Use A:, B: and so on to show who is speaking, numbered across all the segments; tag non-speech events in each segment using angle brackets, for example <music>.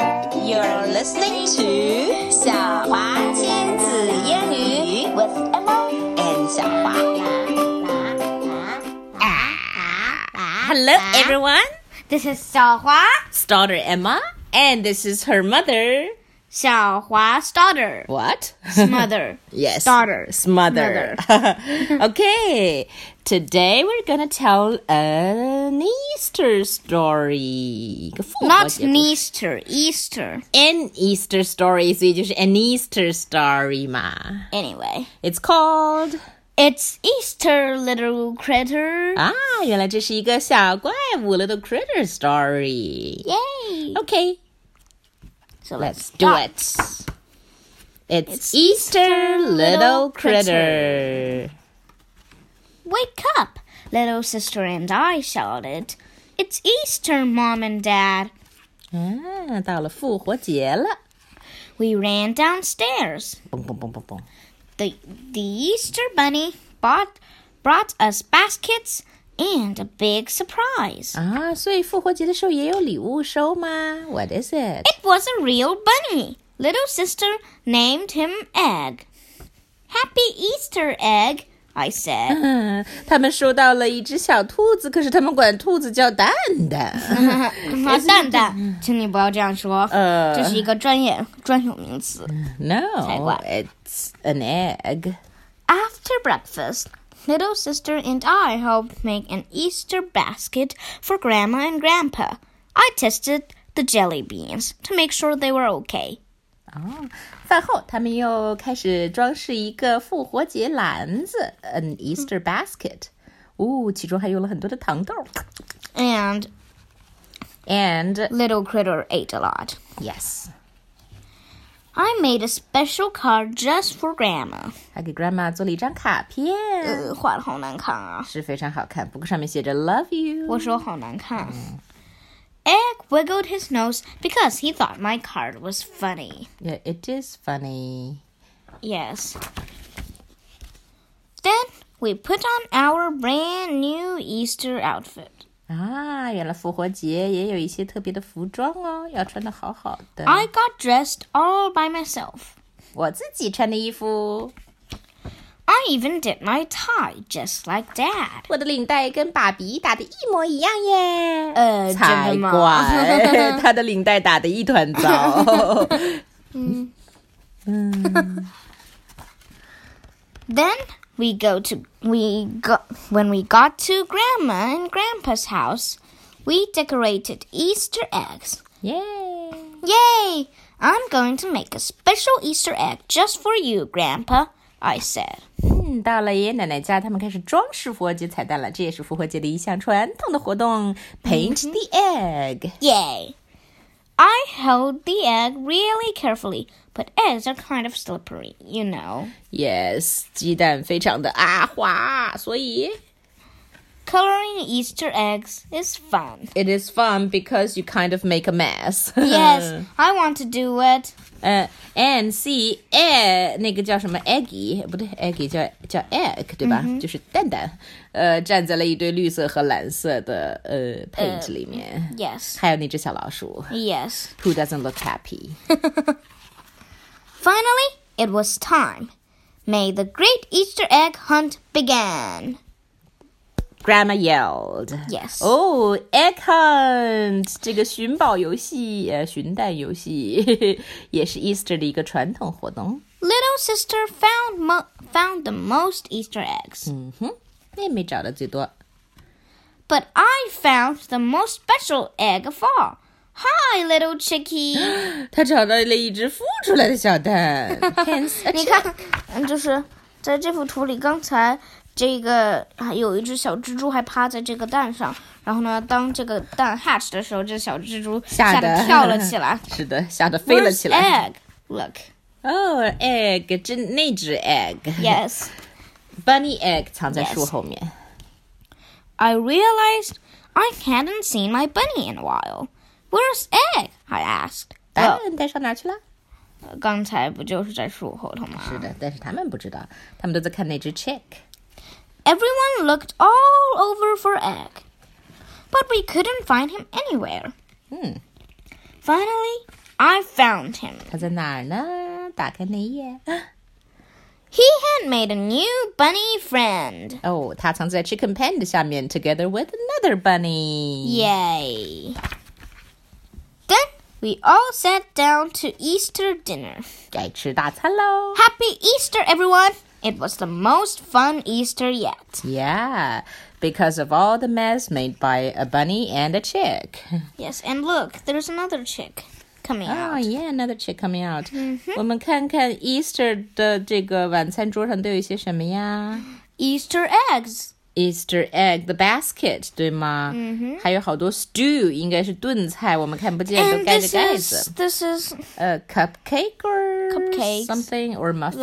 A: You're listening to 小华亲子英语 with Emma and 小华。
B: Hello, everyone.
C: This is 小华，
B: Starter Emma, and this is her mother.
C: 小华
B: <laughs>
C: starter
B: What?
C: mother
B: yes.
C: daughter
B: Smother. <laughs> okay. Today we're gonna tell an Easter story.
C: not Easter Easter
B: an Easter story. 所以就是 an Easter story
C: anyway
B: It's called
C: it's Easter little critter
B: Ah. 啊，原来这是一个小怪物 little critter story.
C: yay
B: Okay.
C: so
B: Let's
C: let's
B: do
C: start.
B: it. It's, Easter, little
C: little
B: critter.
C: wake up little sister and I shouted it's Easter mom and dad
B: 啊，Ah, 到了复活节了，
C: we ran downstairs
B: 嘣嘣嘣嘣嘣，
C: the the Easter bunny bought brought us baskets and a big surprise
B: 啊，Ah, 所以复活节的时候也有礼物收吗？What is it？ <laughs>
C: It was a real bunny. Little sister named him Egg. Happy Easter, Egg, I
B: <gasps>
C: said.
B: 嗯，他们收到了一只小兔子，可是他们管兔子叫蛋蛋。 <laughs>
C: 蛋蛋，请你不要这样说，
B: 呃。
C: 这是一个专业专有名词。才
B: no,
C: 怪
B: it's an egg.
C: After breakfast, little sister and I helped make an Easter basket for Grandma and Grandpa. I tested the jelly beans to make sure they were okay.
B: 哦，饭后他们又开始装饰一个复活节篮子，an Easter basket。哦，其中还有了很多的糖豆。
C: And
B: And
C: little critter ate a lot.
B: yes，
C: I made a special card just for Grandma.
B: 还给 grandma 做了一张卡片，
C: 呃，画的好难看啊！
B: 是非常好看。不过上面写着 love you。
C: 我说好难看。Egg wiggled his nose because he thought my card was funny.
B: Yeah, it is funny.
C: Yes. Then we put on our brand new Easter outfit.
B: 啊，原来复活节也有一些特别的服装哦，要穿的好好的。
C: I got dressed all by myself.
B: 我自己穿的衣服，
C: I even did my tie just like dad.
B: 我的领带跟爸比打的一模一样耶。
C: 呃
B: 才
C: 真的吗
B: <laughs> 怪，他的领带打的一团糟。
C: Then we go to we got when we got to grandma and grandpa's house, we decorated Easter eggs.
B: <laughs> 耶
C: Yay! I'm going to make a special Easter egg just for you, Grandpa, I said.
B: 嗯，到了爷爷奶奶家，他们开始装饰复活节彩蛋了。这也是复活节的一项传统的活动，paint the egg。
C: Yay! I held the egg really carefully, but eggs are kind of slippery, you know.
B: Yes，鸡蛋非常的啊滑，所以
C: Coloring Easter eggs is fun.
B: it is fun because you kind of make a mess。
C: Yes, I want to do it.
B: 呃、n C egg 那个叫什么 eggy 不对，eggy 叫叫 egg 对吧就是蛋蛋，呃，站在了一堆绿色和蓝色的呃 paint 里面
C: Yes.
B: 还有那只小老鼠
C: Yes.
B: who doesn't look happy。
C: Finally, it was time. May the great Easter egg hunt begin.
B: Grandma yelled.
C: Yes.
B: Oh, egg hunt 这个寻宝游戏，呃，寻蛋游戏 <laughs> 嘿嘿也是 Easter 的一个传统活动。
C: Little sister found mo- found the most Easter eggs.
B: 嗯哼，妹妹找的最多。
C: But I found the most special egg of all. Hi, little chickie.
B: 她找到了一只孵出来的小蛋。Hence <gasps> a
C: <gasps> 你看，嗯，就是在这幅图里，刚才这个还有一只小蜘蛛还趴在这个蛋上，然后呢，当这个蛋 hatch 的时候，这小蜘蛛
B: 吓
C: 吓
B: 得
C: 得
B: <laughs>
C: 跳了起来，
B: 是的，吓得飞了起来。
C: Where's egg. Look.
B: 哦、egg，这那只 egg，bunny <laughs>
C: Yes.
B: egg 藏在树
C: Yes.
B: 后面。
C: I realized I hadn't seen my bunny in a while. Where's egg? I asked.
B: 蛋
C: Well,
B: 带上哪儿去了？
C: 刚才不就是在树后头吗？
B: 是的，但是他们不知道，他们都在看那只 chick。
C: <gasps> Everyone looked all over for Egg, but we couldn't find him anywhere.
B: Hmm.
C: Finally, I found him.
B: 它在哪儿呢？打开那一页。
C: He had made a new bunny friend.
B: 哦，它藏在 chicken pen 的下面，together with another bunny。
C: Yay. Then we all sat down to Easter dinner.
B: 该吃大餐喽。
C: Happy Easter, everyone! It was the most fun Easter yet.
B: Yeah, because of all the mess made by a bunny and a chick.
C: Yes, and look, there's another chick coming
B: Oh
C: out.
B: yeah, another chick coming out. 我们看看 Easter 的这个晚餐桌上都有些什么呀
C: Easter eggs.
B: ？Easter egg the basket 对吗？嗯哼，还有好多 stew 应该是炖菜，我们看不见，都
C: And
B: 盖着
C: this
B: 盖
C: is
B: 子。
C: this is
B: 呃、cupcake or
C: Cupcakes.
B: something or muffin.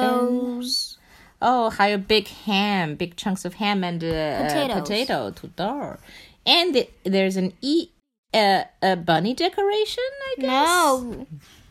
C: those
B: 哦，还有 big ham, big chunks of ham and uh,
C: Potatoes.
B: potato 土豆。And the- there's an e uh, a bunny decoration, I guess.
C: No.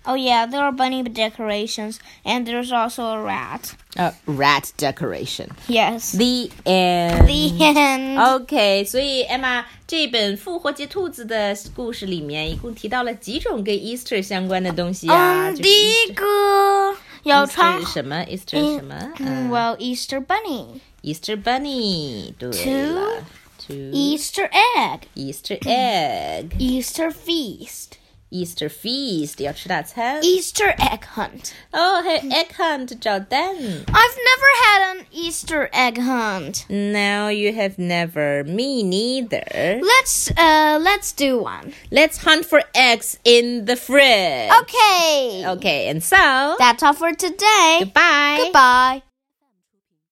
C: Oh yeah, there are bunny decorations and there's also a rat.
B: Uh, rat decoration.
C: Yes.
B: The Oh, end.
C: The end.
B: OK，所以 Emma 这本《复活节兔子》的故事里面，一共提到了几种跟 Easter 相关的东西啊？
C: 嗯，
B: 就是
C: 第一个要
B: Easter uh,
C: 穿
B: 是
C: 好。
B: 什么？Easter 是
C: 嗯
B: 什么？
C: 嗯
B: 嗯
C: Mm, ，Well, Easter bunny,
B: ，Easter Bunny。对了 t o
C: Easter egg,
B: Easter Egg、
C: Easter feast,
B: Easter Feast 要吃大餐
C: Easter egg hunt.
B: 哦，还有 Egg Hunt 找蛋。
C: I've never had an Easter egg hunt.
B: No, you have never. Me neither.
C: Let's uh let's do one.
B: Let's hunt for eggs in the fridge.
C: Okay.
B: Okay, and so
C: That's all for today.
B: goodbye.
C: Goodbye.